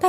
大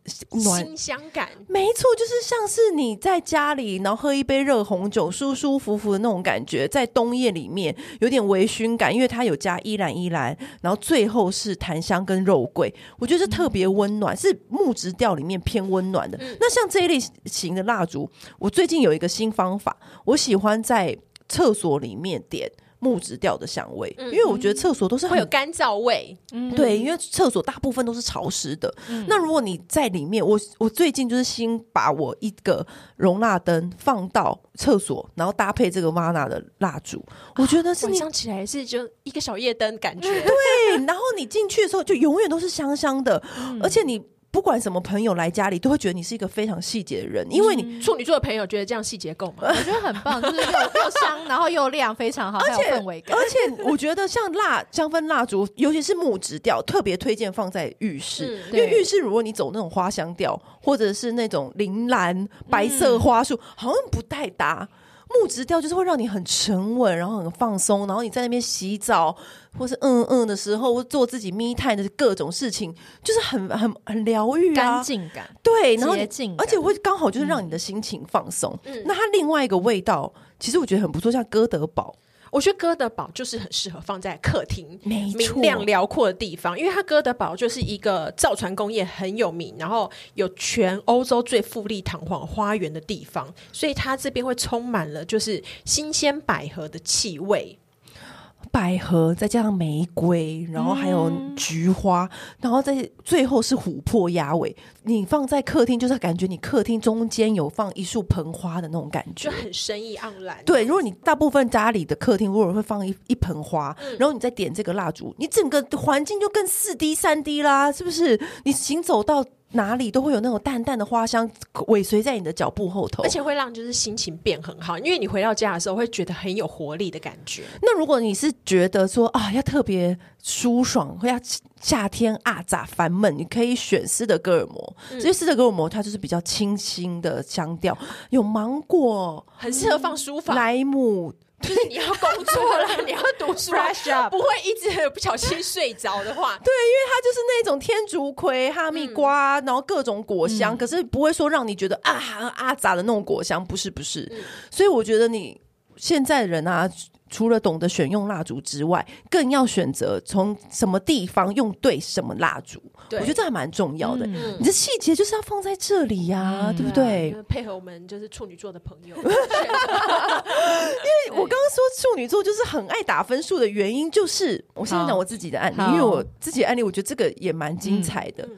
暖新香感，没错，就是像是你在家里，然后喝一杯热红酒，舒舒服服的那种感觉，在冬夜里面有点微醺感，因为它有加依兰依兰，然后最后是檀香跟肉桂，我觉得是特别温暖，是木质调里面偏温暖的。那像这一类型的蜡烛，我最近有一个新方法，我喜欢在厕所里面点木质调的香味，因为我觉得厕所都是会很有干燥味。嗯对，因为厕所大部分都是潮湿的。那如果你在里面，我我最近就是新把我一个容纳灯放到厕所，然后搭配这个 Mana 的蜡烛，我觉得是晚你上起来是就一个小夜灯感觉，对，然后你进去的时候就永远都是香香的，而且你不管什么朋友来家里，都会觉得你是一个非常细节的人，因为你。处女座的朋友觉得这样细节够吗？我觉得很棒，就 是又又香，然后又亮，非常好，还有氛围感而。且我觉得像蜡香氛蜡烛，尤其是木质调，特别推荐放在浴室。嗯因为对浴室如果你走那种花香调，或者是那种铃嗯兰、白色花束，好像不太搭。木质调就是会让你很沉稳，然后很放松，然后你在那边洗澡，或是嗯嗯的时候，或做自己咪探的各种事情，就是很很很疗愈啊干，净感，对，然后洁你净嗯感而且会刚好就是让你的心情放松。嗯那它另外一个味道，其实我觉得很不错，像哥德堡，我觉得哥德堡就是很适合放在客厅，没明亮辽阔的地方，因为它哥德堡就是一个造船工业很有名，然后有全欧洲最富丽堂皇花园的地方，所以它这边会充满了就是新鲜百合的气味。百合，再加上玫瑰，然后还有菊花，然后再最后是琥珀鸭尾。你放在客厅，就是感觉你客厅中间有放一束盆花的那种感就觉。很生意盎然， 啊对，如果你大部分家里的客厅，如果会放一一盆花，然后你再点这个蜡烛，你整个环境就更四 D、三 D 啦，是不是？你行走到哪里都会有那种淡淡的花香尾随在你的脚步后头，而且会让就是心情变很好，因为你回到家的时候会觉得很有活力的感觉。那如果你是觉得说啊，要特别舒爽，或要夏天啊咋烦闷，你可以选斯德哥尔摩。因为斯德哥尔摩它就是比较清新的香调，有芒果、很适合放书法，莱姆。就是你要工作了，你要读书啦 Brush up 不会一直不小心睡着的话，对，因为它就是那种天竺葵、哈密瓜，然后各种果香，可是不会说让你觉得啊啊咋的那种果香，不是不是。所以我觉得你现在人啊，除了懂得选用蜡烛之外，更要选择从什么地方用对什么蜡烛。对我觉得这还蛮重要的。嗯啊你的细节就是要放在这里呀、对不对？就是配合我们就是处女座的朋 友，我刚刚说处女座就是很爱打分数的原因，就是我先讲我自己的案例，好因为我自己的案例，我觉得这个也蛮精彩的。嗯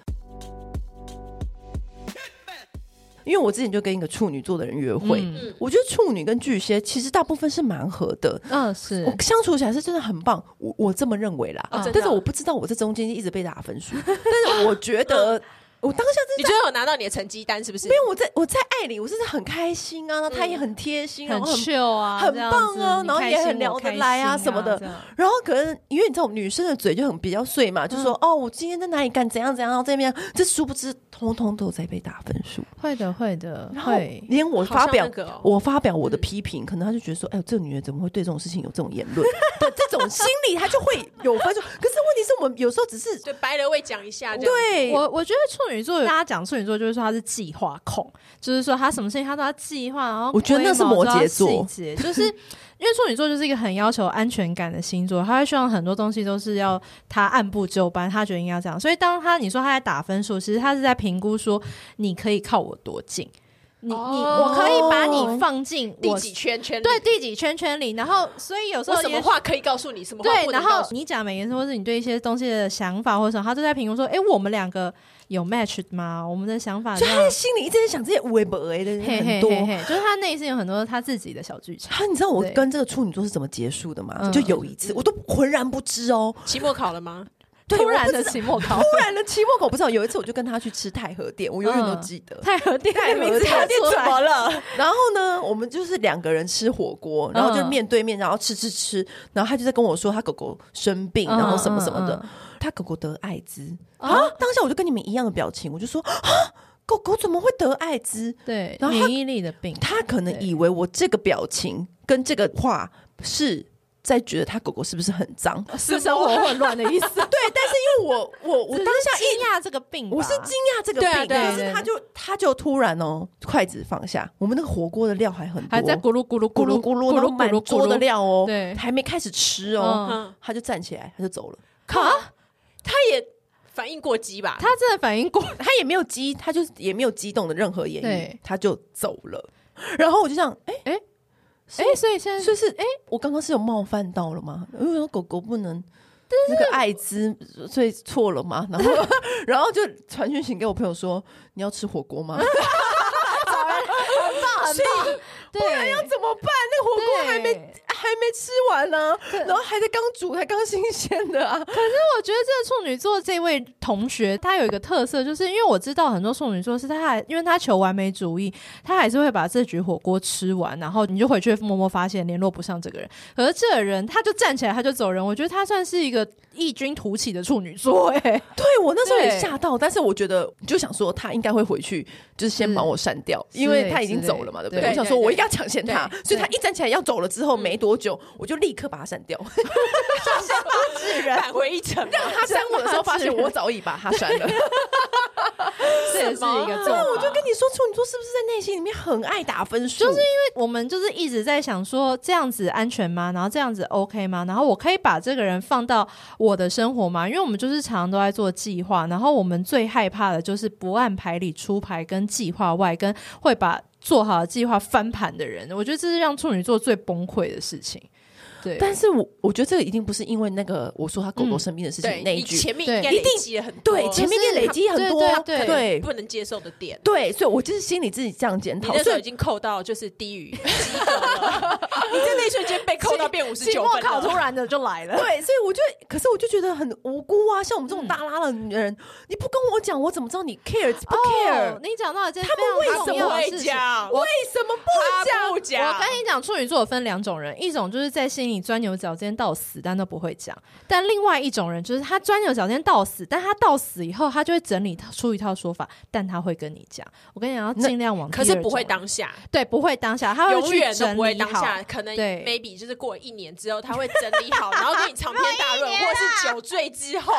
因为我之前就跟一个处女座的人约会，嗯我觉得处女跟巨蟹其实大部分是蛮合的，嗯，是我相处起来是真的很棒，我我这么认为啦。哦真的 但是我不知道我这中间一直被打分数，但是我觉得我当下真你的最后有拿到你的成绩单是不是没？有我在我在爱里，我真的很开心啊，然后他也很贴心啊，嗯很然后很 chill 啊，很这样棒子啊你然后开也心很我聊得开来啊心什么的这样然后可能因为你知道女生的嘴就很比较碎嘛，就说、嗯哦，我今天在哪里干怎样怎样，然后这边这殊不知通通都在被打分数。会的，会的，然后会。连我好发像表那个哦我发表我嗯的批评，可能他就觉得说，哎呦，这个女人怎么会对这种事情有这种言论？ 对，这种心理他就会有分数。可是问题是我们有时候只是就白了位讲一下，这样对我我觉得处女座有，大家讲处女座就是说他是计划控，就是说他什么事情他都要计划，然后我觉得那是规模摩羯都要座细节就是因为处女座就是一个很要求安全感的星座，他会希望很多东西都是要他按部就班，他觉得应该要这样。所以当他你说他在打分数，其实他是在评估说你可以靠我多近，你你哦我可以把你放进第我几圈圈里对，第几圈圈里，然后所以有时我候什也么话可以告诉你，什么话对，不然能后告诉你？你讲每个人或者你对一些东西的想法或者什么，他都在评估说，哎、我们两个有 match 吗？我们的想法这所以样他在心里一直在想这些微博的人嘿很嘿多。嘿嘿，就是他内心有很多他自己的小剧场。啊，你知道我对跟这个处女座是怎么结束的吗？嗯就有一次，我都浑然不知哦，期末考了吗？ 对突然我不的知道期末考 突，然的期末考，不知道有一次我就跟他去吃太和店，我永远都记得。太和殿太的和名字太和还殿出怎来么了？然后呢，我们就是两个人吃火锅，然后就嗯面对面，然后吃吃吃，然后他就在跟我说他狗狗生病，然后什么什么的，他狗狗得艾滋啊嗯啊！当下我就跟你们一样的表情，我就说啊，狗狗怎么会得艾滋？ 对，然后他免疫力的病，他可能对以为我这个表情跟这个话是在觉得他狗狗是不是很脏？是生活混乱的意思。 对，但是因为我我我只是当下一惊讶这个病吧，我是惊讶这个病对啊，对啊可对是他就他就突然哦，筷子放下，我们那个火锅的料还很多，还在咕噜咕噜咕噜噜咕咕噜，咕然后噜咕噜满桌的，料哦，对还没开始吃哦，嗯，嗯，他就站起来，他就走了，靠， 他也反应过激吧？他真的反应过他也没有激，他就是也没有激动的任何言语对，他就走了。然后我就想，哎、哎、所以现在所以是哎、我刚刚是有冒犯到了吗？因为狗狗不能。那个艾滋，所以错了吗？然后， 然后就传讯息给我朋友说：“你要吃火锅吗？ 很棒，对，那怎么办？那火锅还没对还没吃完呢、然后还在刚煮，还刚新鲜的 啊。我觉得这个处女座这位同学，他有一个特色，就是因为我知道很多处女座是他还因为他求完美主义，他还是会把这局火锅吃完，然后你就回去默默发现联络不上这个人。可是这个人他就站起来他就走人，我觉得他算是一个异军突起的处女座、哎， 对我那时候也对吓到，但是我觉得我就想说他应该会回去，就是先是把我删掉，之类因为他已经走了嘛，对之不类对？对我想说对对我应该要抢先他，所以他一站起来要走了之后没多久，我就立刻把他删 掉。 返回一啊程，当他删我的时候，发现我早已把他删了。这也是一个 做对，啊我法。就跟你说，处女座是不是在内心里面很爱打分数？就是我们就是一直在想说这样子安全吗？然后这样子 OK 吗？然后我可以把这个人放到我的生活吗？因为我们就是常常都在做计划，然后我们最害怕的就是不按牌理出牌，跟计划外，跟会把做好的计划翻盘的人。我觉得这是让处女座最崩溃的事情。对，但是我我觉得这个一定不是因为那个我说他狗狗生病的事情、对，那一你句，前面应该对累积了很多，对，前面一定累积很多，啊对对对对不能接受的点。对，所以我就是心里自己这样检你讨那，时所候以已经扣到就是低于及格 了，你在那一瞬间被扣到变五十期九末分考突了。然的就来了。对，所以我就，可是我就觉得很无辜啊！像我们这种大拉的女人，你不跟我讲，我怎么知道你 care 不 care？、 哦，你讲到一件非他们为什常么重要的会事情，讲我为什么不他讲？不讲，我跟你讲，处女座有分两种人，一种就是在心里钻牛角尖到死，但都不会讲；但另外一种人就是他钻牛角尖到死，但他到死以后，他就会整理出一套说法，但他会跟你讲。我跟你讲，要尽量往第可二是种，不会当下，对，不会当下，他会永去远都整不会理当好。下，可能对 maybe 就是过了一年之后，他会整理 好，然后跟你长篇大论，啊或是酒醉之后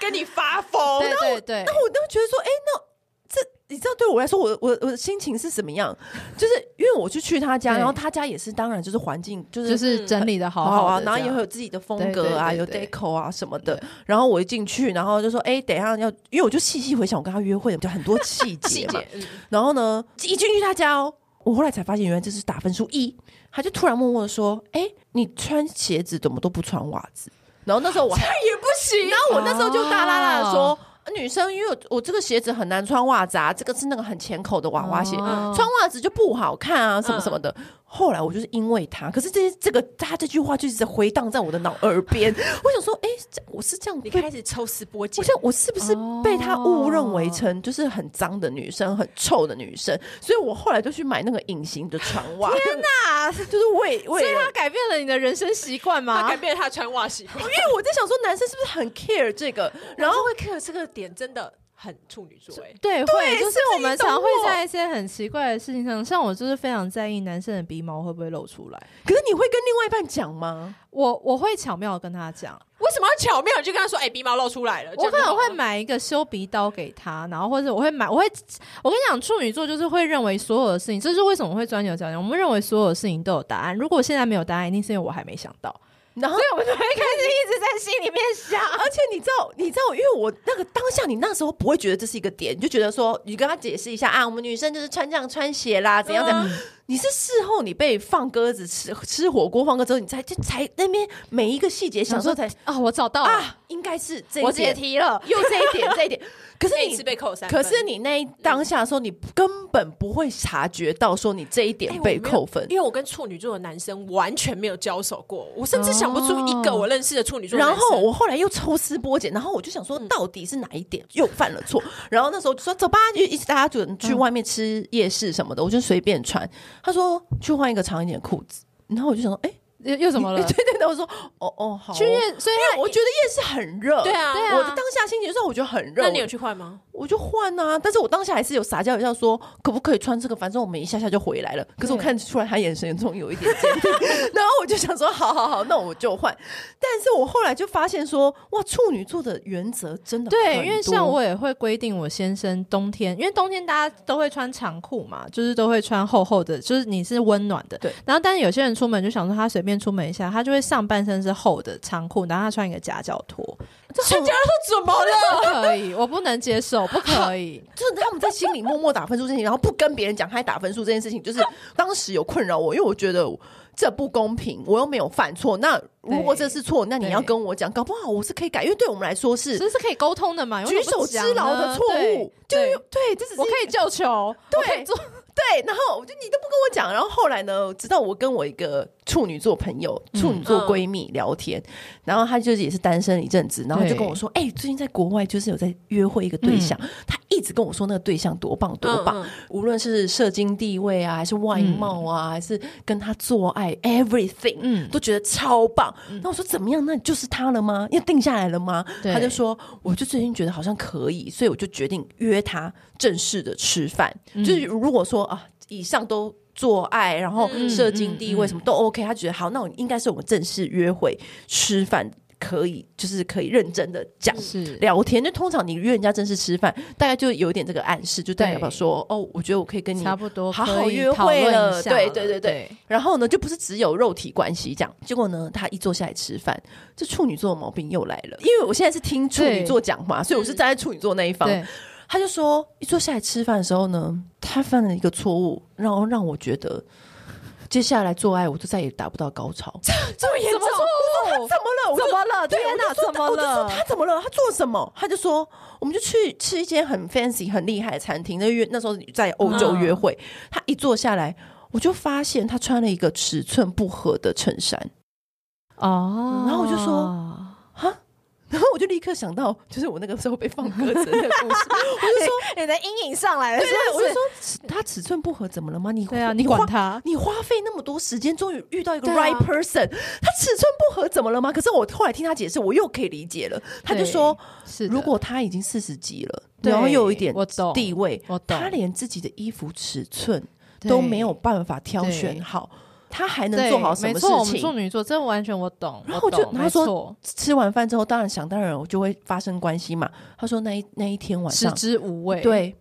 跟你发疯。对对对，Oh 那我都觉得说，哎、那这你知道对我来说，我我我的心情是什么样？ 就是因为我去去他家，对然后他家也是，当然就是环境就是就是整理的好好啊，的然后也会这样有自己的风格啊，对有对对对 deco 啊什么的对。然后我一进去，然后就说：“哎、等一下要，因为我就细细回想我跟他约会就很多细 节细嘛节。，嗯然后呢，一进去他家哦，我后来才发现原来这是打分数一，他就突然默默的说：“哎、你穿鞋子怎么都不穿袜子？”然后那时候我还，也不行然。后我那时候就大啦啦的说。哦女生，因为我我这个鞋子很难穿袜子啊，这个是那个很浅口的娃娃鞋，哦穿袜子就不好看啊，什么什么的。后来我就是因为他，可是这些这个他这句话就一直回荡在我的脑耳边。我想说，哎、这我是这样你被开始抽丝剥我，茧想我是不是被他误认为成就是很脏的女生、很臭的女生？所以我后来就去买那个隐形的长袜。天哪，就是为为所以了他改变了你的人生习惯他吗改？变了他穿袜习 惯因。为我在想说，男生是不是很 care 这个？然然后后会 care 这个点真的很处女座哎、对，会就是是我们你懂常会我在一些很奇怪的事情上，像我就是非常在意男生的鼻毛会不会露出来，可是你会跟另外一半讲吗？我我会巧妙地跟他讲，为什么要巧妙？你就跟他说，哎、鼻毛露出来了。我可这样就能好了会买一个修鼻刀给他，然后或者我会买，我会，我跟你讲，处女座就是会认为所有的事情，这是为什么会钻牛角尖。我们认为所有的事情都有答案，如果现在没有答案，一定是因为我还没想到，然后所以 我们就会开始一直在心里面想。而且你知道，你知道，因为我那个当下，你那时候不会觉得这是一个点，你就觉得说，你跟他解释一下啊，我们女生就是穿这样穿鞋啦，怎样怎样。你是事后你被放鸽子吃吃火锅放鸽之后，你才就才那边每一个细节想说才啊、我找到了，啊啊，应该是这一我解点，题了。又这一点这一点。可是那一你次被扣三分，可是你那一当下的时候，你根本不会察觉到说你这一哎点我被没有扣分。因为我跟处女座的男生完全没有交手过，我甚至想不出一个哦我认识的处女座的然男生。后我后来又抽丝剥茧，然后我就想说，嗯到底是哪一点又犯了 错？然后那时候就说走吧，就一直大家就去外面吃夜市什么的，我就随便穿。他说去换一个长一点的裤子，然后我就哦想说，哎、 又又怎么了？对对对，我说哦哦好哦，去夜，因所以为我觉得夜市很热，对啊对啊我的当下心情就是我觉得很热，那你有去换吗？我就换啊，但是我当下还是有撒娇一下说，可不可以穿这个？反正我们一下下就回来了。可是我看出来他眼神中有一点坚定， 然后我就想说，好好好，那我就换。但是我后来就发现说，哇，处女座的原则真 的很对，多因为像我也会规定我先生冬天，因为冬天大家都会穿长裤嘛，就是都会穿厚厚的，就是你是温暖的。对。然后，但是有些人出门就想说他随便出门一下，他就会上半身是厚的长裤，然后他穿一个夹脚 拖，全家都怎么了？不可以，我不能接受，不可以。就是他们在心里默默打分数这件事情，然后不跟别人讲，还打分数这件事情，就是当时有困扰我，因为我觉得这不公平，我又没有犯错。那如果这是错，那你要跟我讲，搞不好我是可以改，因为对我们来说是这 是可以沟通的嘛？有什举么不手讲之劳的呢错误，就对是对对，这只是我可以救球，对我可以做对，然后我就你都不跟我讲，然后后来呢，直到我跟我一个处女座朋友、嗯处女座闺蜜聊天，然后她就是也是单身一阵子，然后就跟我说，哎、最近在国外就是有在约会一个对象，她一直跟我说那个对象多棒多棒，嗯嗯嗯嗯无论是社经地位啊，还是外貌啊，还是跟他做爱，everything，嗯都觉得超棒。嗯那我说怎么样？那就是他了吗？要定下来了吗？对他就说，我就最近觉得好像可以，所以我就决定约他正式的吃饭。嗯就是如果说啊，以上都。做爱，然后嗯社经地位嗯什么都 OK，、他觉得好，那我应该是我们正式约会吃饭，可以就是可以认真的讲是聊天，就通常你约人家正式吃饭，大概就有一点这个暗示，就代表说哦，我觉得我可以跟你差不多好可好以约讨会论一了下对了对对对然后呢，就不是只有肉体关系这样。结果呢，他一坐下来吃饭，这处女座的毛病又来了。因为我现在是听处女座讲话，所以我是嗯站在处女座那一方。对，他就说，一坐下来吃饭的时候呢，他犯了一个错误，然后让我觉得接下来做爱我就再也达不到高 潮。 这么严怎重 么？错误？怎么了？我就怎么了？对天哪，我就说怎他么我就说了他？怎么了？他做什么？他就说，我们就去吃一间很 fancy、很厉害的餐厅。那约那时候在欧洲约会，嗯他一坐下来，我就发现他穿了一个尺寸不合的衬衫。 哦然后我就说，然后我就立刻想到，就是我那个时候被放鸽 子的那个故事。我就说，你的阴影上来了，对哎是啊对，不？我就是说尺他尺寸不合怎么了吗？你对啊，你你管花他。你花费那么多时间，终于遇到一个对啊 right person，、他尺寸不合怎么了吗？可是我后来听他解释，我又可以理解了。他就对说，是的，如果他已经四十级了，对然后又有一点我懂地位，我懂他连自己的衣服尺寸都没有办法挑选好，他还能对做好什没么错我事们处情？女座，这完全我懂。然后我就懂然后没说错吃完饭之后，当然想当然我就会发生关系嘛。他说那一那一天晚食上，之无味，，对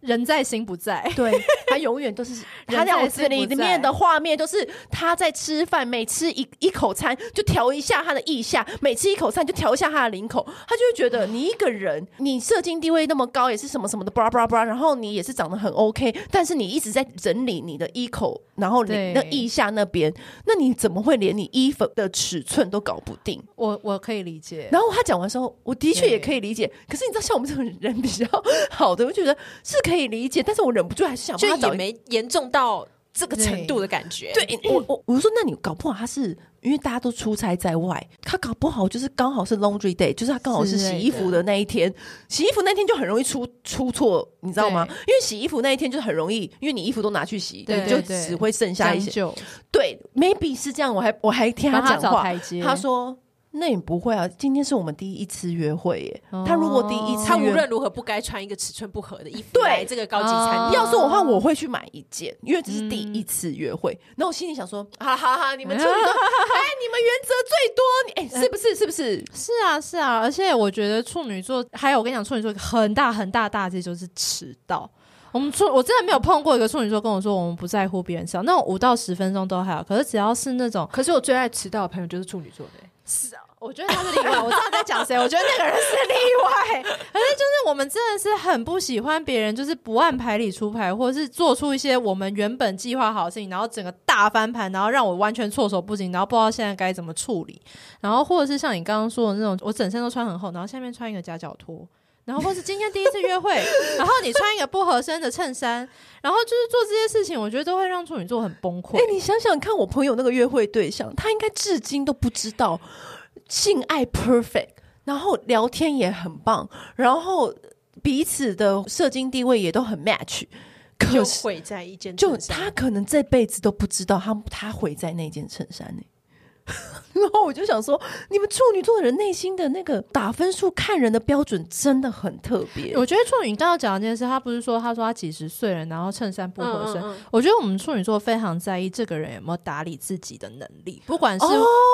人在心不在。对，他永远都是 人他在脑子心里不面在的画面都是他在吃饭，每吃一一口餐就调一下他的腋下，每吃一口餐就调一下他的领口，他就会觉得你一个人，你社经地位那么高，也是什么什么的，巴拉巴拉巴拉，然后你也是长得很 OK，但是你一直在整理你的衣口，然后你对那腋下那边，那你怎么会连你衣服的尺寸都搞不定？我我可以理解。然后他讲完之后，我的确也对可以理解，可是你知道，像我们这种人 比较好的，我觉得是可以理解，但是我忍不住还是想就帮他也找一个没严重到这个程度的感觉。 对，我我我说，那你搞不好他是因为大家都出差在外，他搞不好就是刚好是 laundry day，就是他刚好是洗衣服的那一天，洗衣服那天就很容易出出错，你知道吗？对因为洗衣服那一天就很容易，因为你衣服都拿去洗，对你就对对只会剩下一些。将就对，maybe 是这样，我还我还听帮他讲找话台阶，他说。那也不会啊，今天是我们第一次约会耶。哦他如果第一次约，他无论如何不该穿一个尺寸不合的衣服嗯对嗯来这个高级餐哦厅。要是我的话，我会去买一件，因为这是第一次约会。然后我心里想说，嗯哈哈哈，你们处女座，哎，你们原则最多，你哎、 是不是？是不是？是啊，是啊，而且我觉得处女座，还有我跟你讲，处女座有一个很大很大的大忌就是迟到。我们处我真的没有碰过一个处女座跟我说我们不在乎别人迟到，那种五到十分钟都还好，可是只要是那种，可是我最爱迟到的朋友就是处女座的、我觉得他是例外，我知道你在讲谁，我觉得那个人是例外。 可是就是我们真的是很不喜欢别人就是不按牌理出牌，或者是做出一些我们原本计划好的事情，然后整个大翻盘，然后让我完全措手不及，然后不知道现在该怎么处理。然后或者是像你刚刚说的那种，我整身都穿很厚，然后下面穿一个夹脚拖。然后或是今天第一次约会，然后你穿一个不合身的衬衫，然后就是做这些事情，我觉得都会让处女座很崩 溃。哎、你想想看，我朋友那个约会对象，他应该至今都不知道性爱 perfect，然后聊天也很棒，然后彼此的社经地位也都很 match，可。就是毁在一件就衬衫他可能这辈子都不知道他他毁在那件衬衫呢、 然后我就想说，你们处女座的人内心的那个打分数看人的标准真的很特别。我觉得处女刚刚讲的这件事，他不是说他说他几十岁了，然后衬衫不合身。嗯嗯嗯我觉得我们处女座非常在意这个人有没有打理自己的能力，不管是、哦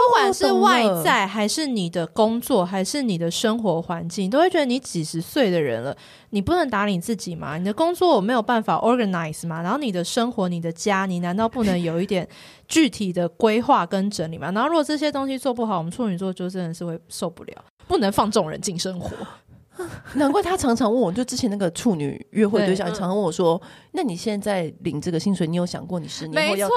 不管是外懂了在还是你的工作还是你的生活环境，都会觉得你几十岁的人了，你不能打理自己吗？你的工作没有办法 organize 吗？然后你的生活、你的家，你难道不能有一点具体的规划跟整理吗？然后如果这些东西做不好，我们处女座就真的是会受不了，不能放纵人进生活。难怪他常常问我，就之前那个处女约会对象，对嗯常常问我说：“哦那你现在领这个薪水，你有想 过你十年后没要错，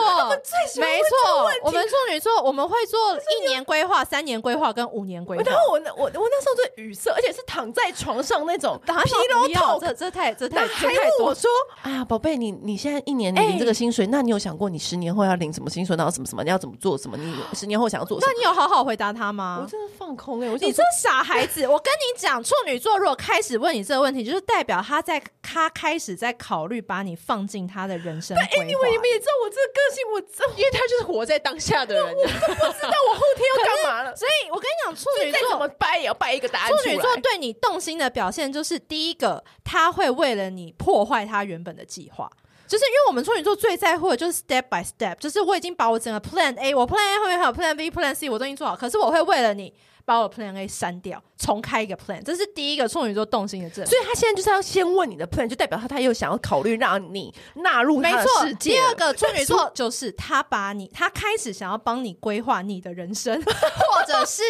没错，我们处女座我们会做一年规划、三年规划跟五年规划。然后我那我我那时候就语塞，而且是躺在床上那种打疲劳要，透。这这太这那太还这问太我多。说：“哎呀，宝贝，你你现在一年你哎领这个薪水，那你有想过你十年后要领什么薪水，然后什么什么，你要怎么做什么？你十年后想要做什那么你有好好回答他？”吗我？真的放空哎、我想你这说傻孩子！我跟你讲，处女座如果开始问你这个问题，就是代表他在他开始在考虑把你放进他的人生规划。因为你们也知道我这个个性，我这因为他就是活在当下的人。啊知道我后天要干嘛了，所以我跟你讲，处女再座怎么掰也要掰一个答案处出女来。座对你动心的表现，就是第一个，他会为了你破坏他原本的计划。就是因为我们处女座最在乎的就是 step by step，就是我已经把我整个 plan A，我 plan A 后面还有 plan B、plan C，我都已经做好，可是我会为了你把我 plan A 删掉，重开一个 plan，这是第一个处女座动心的证明。所以他现在就是要先问你的 plan，就代表他他又想要考虑让你纳入没他的错世，界。第二，个处 女座就是他把你，他开始想要帮你规划你的人生， 或者是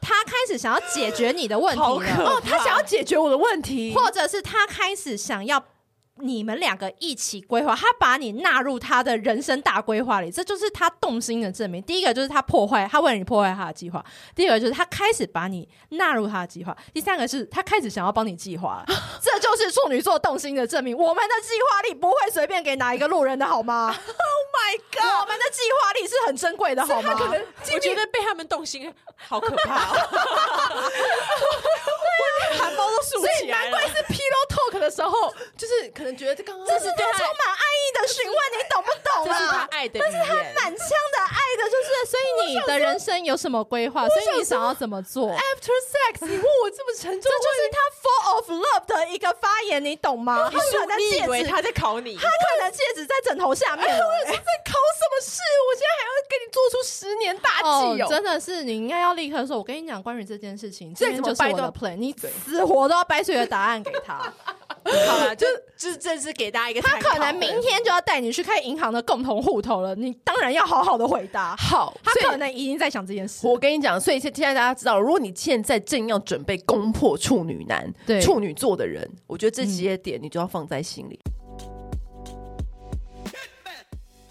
他开始想要解决你的问题好了可。怕！哦，他想要解决我的问题，或者是他开始想要你们两个一起规划，他把你纳入他的人生大规划里，这就是他动心的证明。第一个就是他破坏，他为了你破坏他的计划；第二个就是他开始把你纳入他的计划；第三个是他开始想要帮你计划了，这就是处女座动心的证明。我们的计划力不会随便给哪一个路人的好 吗？Oh my god！我们的计划力是很珍贵的好吗？ 我觉得被他们动心，好可怕、哦！汗毛都竖起所以难来了怪是 pillow talk 的时候，就是可能觉得这刚刚这是他充满爱意的询问，你懂不懂啊？这是他爱的语但是他言。满腔的爱的，就是所以你的人生有什么规划？所以你想要怎么做？这 after sex，你问我这么沉重，就是他 full of love 的一个发言，你 懂吗？他可能你以为戒指，他在考你？他可能戒指在枕 头下面了。我在考什么试？我现在还要给你做出十年大哦计，真的是你应该要立刻说，我跟你讲，关于这件事情，这再边怎就么是掰我的都 plan，你死活都要掰出一个答案给 他。 好了，就就这是给大家一个他参考。可能明天就要带你去看银行的共同户头了，你当然要好好的回答。好，他 所以可能已经在想这件事了。我跟你讲，所以现现在大家知道，如果你现在正要准备攻破处女男、对处女座的人，我觉得这些点你就要放在心里。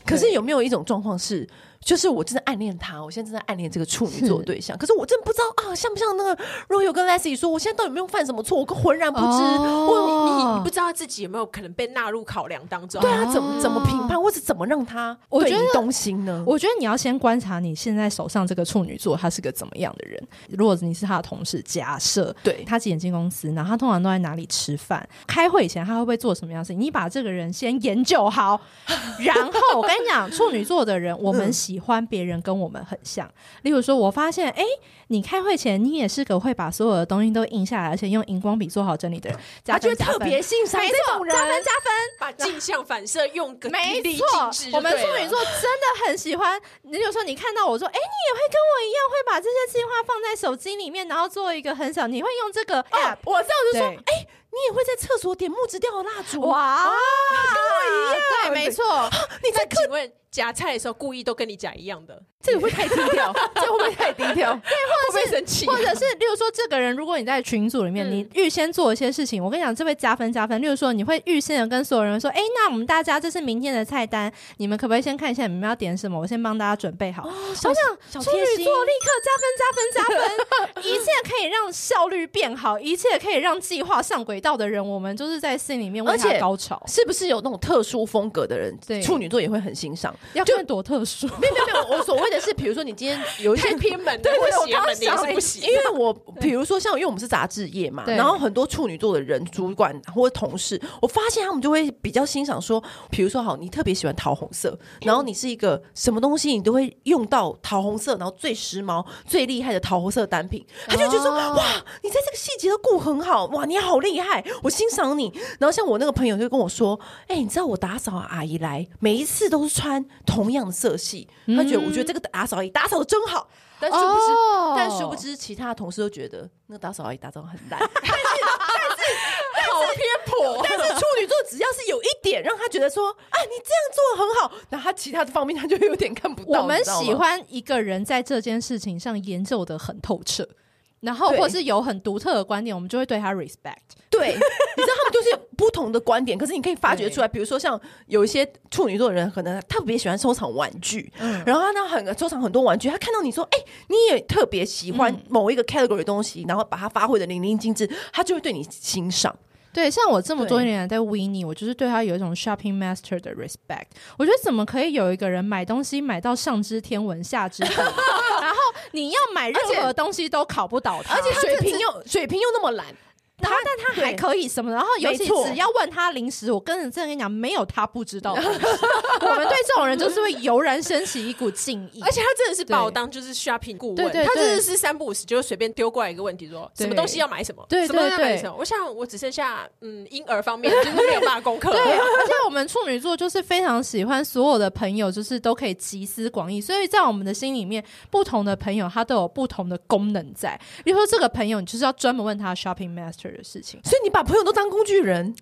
可是有没有一种状况是，就是我真的暗恋他，我现在正在暗恋这个处女座是对象，可是我真的不知道啊，像不像那个 Royal 跟 Leslie 说，我现在到底有没有犯什么错，我浑然不知。哦我哦你不知道自己有没有可能被纳入考量当中。对啊，怎么怎么评判，或者怎么让他我对觉你得动心呢？我觉得你要先观察你现在手上这个处女座，他是个怎么样的人。如果你是他的同事，假设对他几点进公司，然后他通常都在哪里吃饭，开会以前他会不会做什么样的事情？你把这个人先研 究好，然后我跟你讲，处女座的人，我们喜欢别人跟我们很像。例如说，我发现，哎，你开会前你也是个会把所有的东西都印下来，而且用荧光笔做好整理的人，加他分就加特分别欣赏没这错，种加分人。加分。把镜像反射用个没淋漓错尽致，就我们对处了女座真的很喜欢。你有时候你看到我说，哎、你也会跟我一样，会把这些计划放在手机里面，然后做一个很小，你会用这哦个 app，、我这样就说，对哎，你也会在厕所点木质调的蜡烛？哇，哦跟我一样对，没错，你在那请问夹菜的时候故意都跟你讲一样的，这个会太低 调，这个会不会太低调？会不会生气啊？或者是例如说，这个人如果你在群组里面，嗯你预先做一些事情，我跟你讲，这会加分加分。例如说，你会预先的跟所有人说，哎、那我们大家这是明天的菜单，你们可不可以先看一下你们要点什么？我先帮大家准备好。哦小小处贴女心座立刻加分加分 加分，一切可以让效率变好，一切可以让计划上轨道的人，我们就是在心里面为而且他高潮，是不是有那种特殊风格的人对，处女座也会很欣赏？要看多特殊。没有没有没有，我所谓的是，比如说你今天有一些太偏门的对对，或我邪刚门刚的也想是了不行因。为我比如说像，因为我们是杂志业嘛，对然后很多处女座的人、主管或同事，我发现他们就会比较欣赏说，比如说好，你特别喜欢桃红色，然后你是一个什么东西你都会用到桃红色，然后最时髦、最厉害的桃红色单品，他就觉得说、哦哇，你在这个细节都顾很好，哇，你好厉害，我欣赏你。然后像我那个朋友就跟我说，哎、你知道我打扫阿姨来，每一次都是穿同样的色系，他觉得我觉得这个打扫阿姨打扫的真好，但殊不知。哦但殊不，知，其他的同事都觉得那个打扫阿姨打扫得很烂。 好哦偏颇。但是处女座只要是有一点让他觉得说，啊，你这样做很好，那他其他的方面他就有点看不到。我们你知道吗喜欢一个人在这件事情上研究的很透彻。然后，对或是有很独特的观点，我们就会对他 respect。对，你知道他们就是有不同的观点，可是你可以发掘出来，比如说像有一些处女座的人，可能特别喜欢收藏玩具，嗯然后他那很收藏很多玩具，他看到你说，哎、你也特别喜欢嗯某一个 category 的东西，然后把它发挥的淋漓尽致，他就会对你欣赏。对，像我这么对多年来在 Winnie，我就是对他有一种 shopping master 的 respect。我觉得怎么可以有一个人买东西买到上知天文下知 地理，然后你要买任何东西都考不倒他，而且他水甚瓶至，又水瓶又那么懒，然后但他还对可以什么的，然后尤没其错只要问他零食，我跟人真的跟你讲，没有他不知道的 东西。我们对这种人就是会油然升起一股敬 意而。且他真的是把我当就是 shopping 顾问，对对对他真的是三不五时就会随便丢过来一个问题说对什么东西要买什么，对对什么东西要买对什么。我想我只剩下嗯婴儿方面就是没有办法功课， 对，啊而且我们处女座就是非常喜欢所有的朋友，就是都可以集思广益，所以在我们的心里面，不同的朋友他都有不同的功能在。比如说，这个朋友你就是要专门问他 shopping master 的事情。所以你把朋友都当工具人，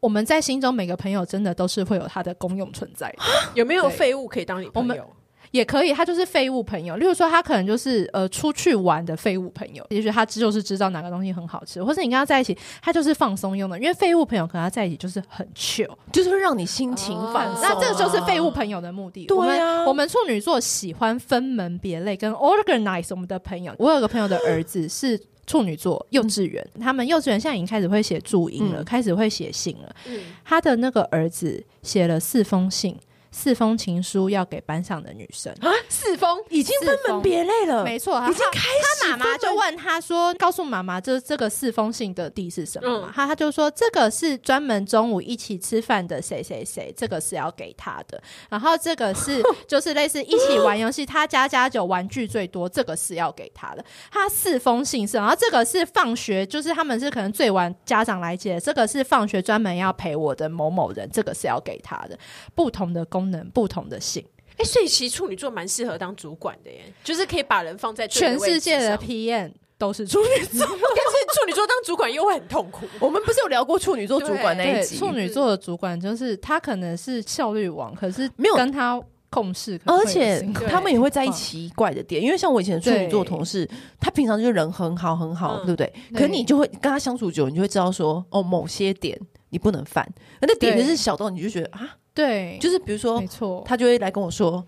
我们在心中每个朋友真的都是会有他的功用存在的，有没有对废物可以当你我朋们友？也可以他就是废物朋友。例如说，他可能就是呃出去玩的废物朋友，也许他就是知道哪个东西很好吃，或是你跟他在一起，他就是放松用的。因为废物朋友可能他在一起就是很 chill，就是会让你心情放哦松。嗯啊那这个就是废物朋友的目的。对我啊们我们处女座喜欢分门别类，跟 organize 我们的朋友。我有个朋友的儿子是。处女座幼稚园，他们幼稚园现在已经开始会写注音了，嗯开始会写信了。嗯，他的那个儿子写了四封信，四封情书要给班上的女生。啊，四风已经分四门封别类了，没错，他嗯已经开始他妈妈分就门问他说：“告诉妈妈，这这个四封信的地是什么嘛嗯？”他、他就说：“这个是专门中午一起吃饭的谁谁谁，这个是要给他的。然后这 个是就是类似一起玩游戏，他家家酒玩具最多，这个是要给他的。他四封信是，然后这个是放学，就是他们是可能最晚家长来接，这个是放学专门要陪我的某某人，这个是要给他的。不同的功能，不同的信。”哎，所以其实处女座蛮适合当主管的耶，就是可以把人放在对全位置世 界的上 PM 都是处女座，但是处女座当主管又会很痛苦。我们不是有聊过处女座主管那对，一集？处女座的主管就是他可能是效率王，可是没有跟他共事可能而会有且辛苦，他们也会在意奇怪的点，因为像我以前处女座嗯对同事，他平常就是人很好很好，嗯对不对？对可你就会跟他相处久，你就会知道说，哦，某些点你不能犯，那点对就是小到你就觉得啊，对，就是比如说没，错，他就会来跟我说，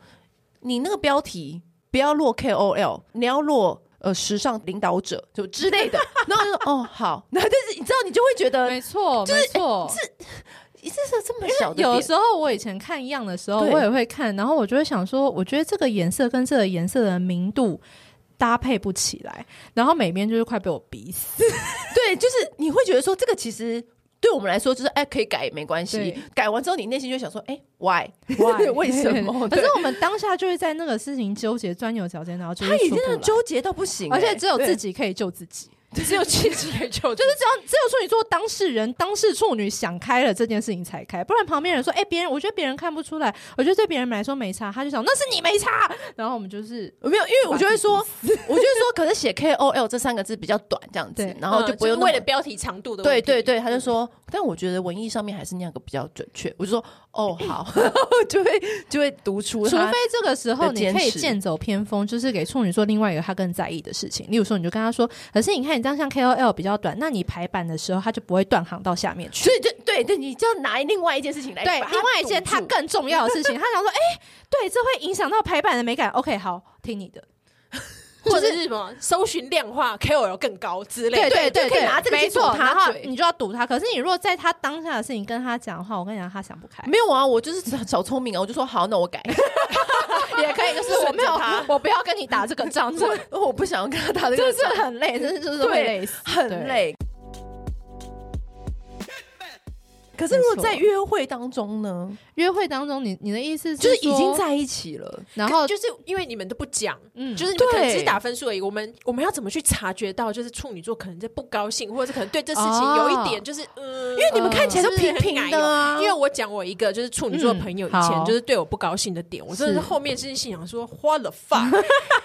你那个标题不要落 KOL，你要落。呃时尚领导者就之类 的，然后就说哦好， 那但是你知道你就会觉得没错，没错，哎这是这么小的有的点，时候我以前看一样的时候，对我也会看，然后我就会想说，我觉得这个颜色跟这个颜色的明度搭配不起来，然后美编就是快被我逼 死。对，就是你会觉得说这个其实。对我们来说，就是哎，可以改没关系对。改完之后，你内心就会想说，哎，why why 为什么？可是对我们当下就会在那个事情纠结、钻牛角尖，然后就是他已出经不真的来纠结到不行，而且哎只有对自己可以救自己。只有自己可以 救，就是只有只有处女座当事人、当事处女想开了这件事情才开，不然旁边人说：“哎、别人我觉得别人看不出来，我觉得对别人来说没差。”他就想那是你没差，然后我们就是没有，因为我就会 说，把我就会说，可能写 KOL 这三个字比较短，这样子对，嗯然后就不用那么嗯为了标题长度的对对对，他就说，但我觉得文艺上面还是那样个比较准确。我就说， 哦，好， 就会就会读出除他，非这个时候的你坚可以持剑走偏锋，就是给处女座另外一个他更在意的事情。例如说，你就跟他说：“可是你看你这样像 KOL 比较短，那你排版的时候他就不会断行到下面去。”所以就对对，你就要拿另外一件事情来对，哎把它另外一件堵他住更重要的事情，他想说：“哎、对，这会影响到排版的美感。”OK，好，听你的。或者是什么搜寻量化 KOL 更高之类对的，对对对就可以对，拿这个去没错堵他然后嘴你就要堵他。可是你如果在他当下的事情跟他讲的话，我跟你讲，他想不开， 没有啊，我就是小聪明啊，我就说好，那我改， 也可以。就是顺着我没有他，我不要跟你打这个仗，这我不想要跟他打这这个是仗，很累，真的就是会对累死，很对。累。可是如果没错在约会当中呢，约会当中，你你的意思就是已说经，在一起了，然后就是因为你们都不讲。嗯，就是你们可能对只是打分数而已，我们我们要怎么去察觉到，就是处女座可能在不高兴，或者是可能对这事情有一点就是，嗯，因哦因为你们看起来都嗯平平的啊，因为我讲我一个就是处女座的朋嗯友以前好就是对我不高兴的点，我真的是是后面是心想说 what the fuck，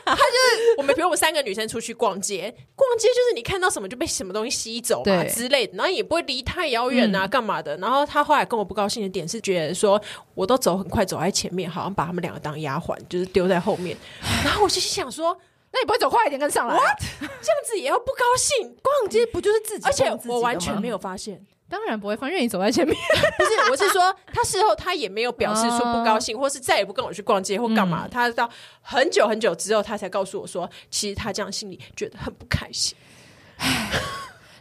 他就是 我们比如我们三个女生出去逛街，逛街就是你看到什么就被什么东西吸走嘛对之类的，然后也不会离太遥远嗯啊，干嘛的？然后他后来跟我不高兴的点是觉得说我都走很快走在前面，好像把他们两个当丫鬟，就是丢在后面，然后我就心想说那你不会走快一点跟上来啊？这样子也要不高兴，逛街不就是自己而且逛自己的吗？我完全没有发现。当然不会放，因为你走在前面。 不是，我是说，他事后他也没有表示出不高兴，或是再也不跟我去逛街或干嘛。他到很久很久之后，他才告诉我说，其实他这样心里觉得很不开心。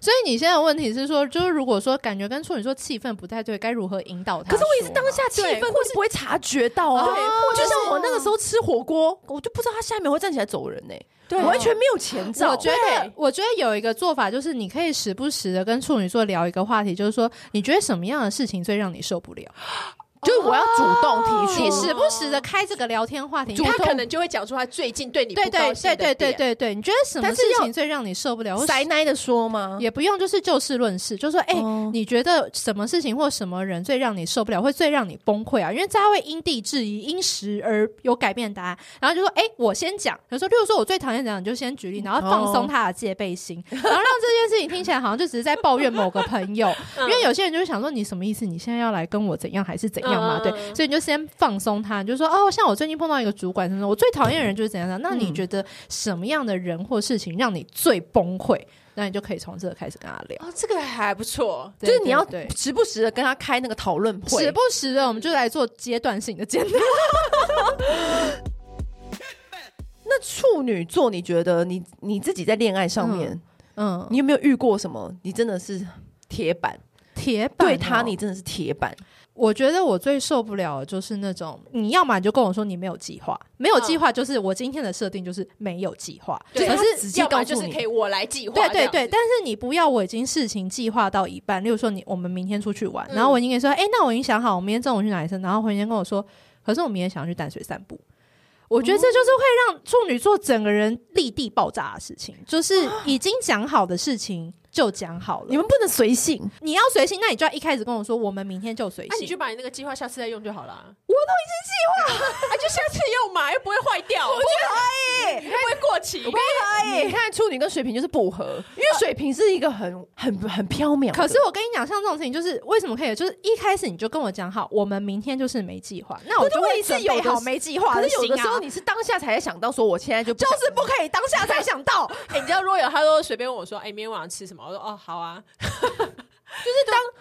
所以你现在的问题是说，就是如果说感觉跟处女座气氛不太对，该如何引导他？可是我也是当下气对氛，我是不会察觉到啊。对或就像我那个时候吃火锅，我就不知道他下面会站起来走人呢、欸对完全没有前兆。我觉得欸对，我觉得有一个做法就是，你可以时不时的跟处女座聊一个话题，就是说，你觉得什么样的事情最让你受不了？就是我要主动提出，你时不时的开这个聊天话题，他看可能就会讲出他最近哎对你对不对高兴对的对对点。对对，你觉得什么但事是要情最让你受不了？或塞奶的说吗？也不用就是就事论事，就说哎、哦你觉得什么事情或什么人最让你受不了，会最让你崩溃啊？因为大家会因地制宜，因时而有改变答案。然后就说哎、我先讲，比如说，例如说我最讨厌怎样，你就先举嗯例，然后哦放松他的戒备心，然后让这件事情听起来好像就只是在抱怨某个朋 友，因嗯为有些人就会想说你什么意思？你现在要来跟我怎样还是怎样嘛？嗯对，所以你就先放松他，你就说哦，像我最近碰到一个主管什哦么的，我最讨厌的人就是怎样怎样。那你嗯觉得什么样的人或事情让你最崩溃？那你就可以从这个开始跟他聊。哦，这个还不错。就对是你要对对时不时的跟他开那个讨论会，时不时的，我们就来做阶段性的检讨。那处女座，你觉得你你自己在恋爱上面，嗯，你有没有遇过什么？你真的是铁板，铁板哦对他你，真的是铁板。我觉得我最受不了的就是那种，你要么你就跟我说你没有计划，没有计划就是我今天的设定就是没有计划，对可他是直接要不告然就诉是你可，以我来计划。对这对样对，子但是你不要我已经事情计划到一半，例如说你我们明天出去玩，嗯然后我已经跟你说，哎、那我已经想好我明天中午去哪里吃，然后回天跟我说，可是我明天想要去淡水散步。我觉得这就是会让处女座整个人立地爆炸的事情，就是已经讲好的事情就讲好了。你们不能随性。你要随性，那你就要一开始跟我说，我们明天就随那、啊你性。就把你那个计划下次再用就好了。啊我都已经计划，啊，就下次用嘛，又不会坏掉，我觉得哎不会过期。你看处女跟水瓶就是不合，哎因为水瓶是一个很很很飘渺的。可是我跟你讲，像这种事情，就是为什么可以，就是一开始你就跟我讲好，我们明天就是没计划，那我可是就问题会是准有备的好是没计划可的是有心的啊。时候你是当下才想到说，我现在就就是不可以当下才想到， 哎、你知道，如果有他说随便问我说，哎、明天晚上吃什么？我说哦，好啊。